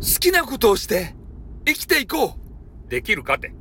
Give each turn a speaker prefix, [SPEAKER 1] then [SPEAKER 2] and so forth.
[SPEAKER 1] 好きなことをして、生きていこう
[SPEAKER 2] できるかて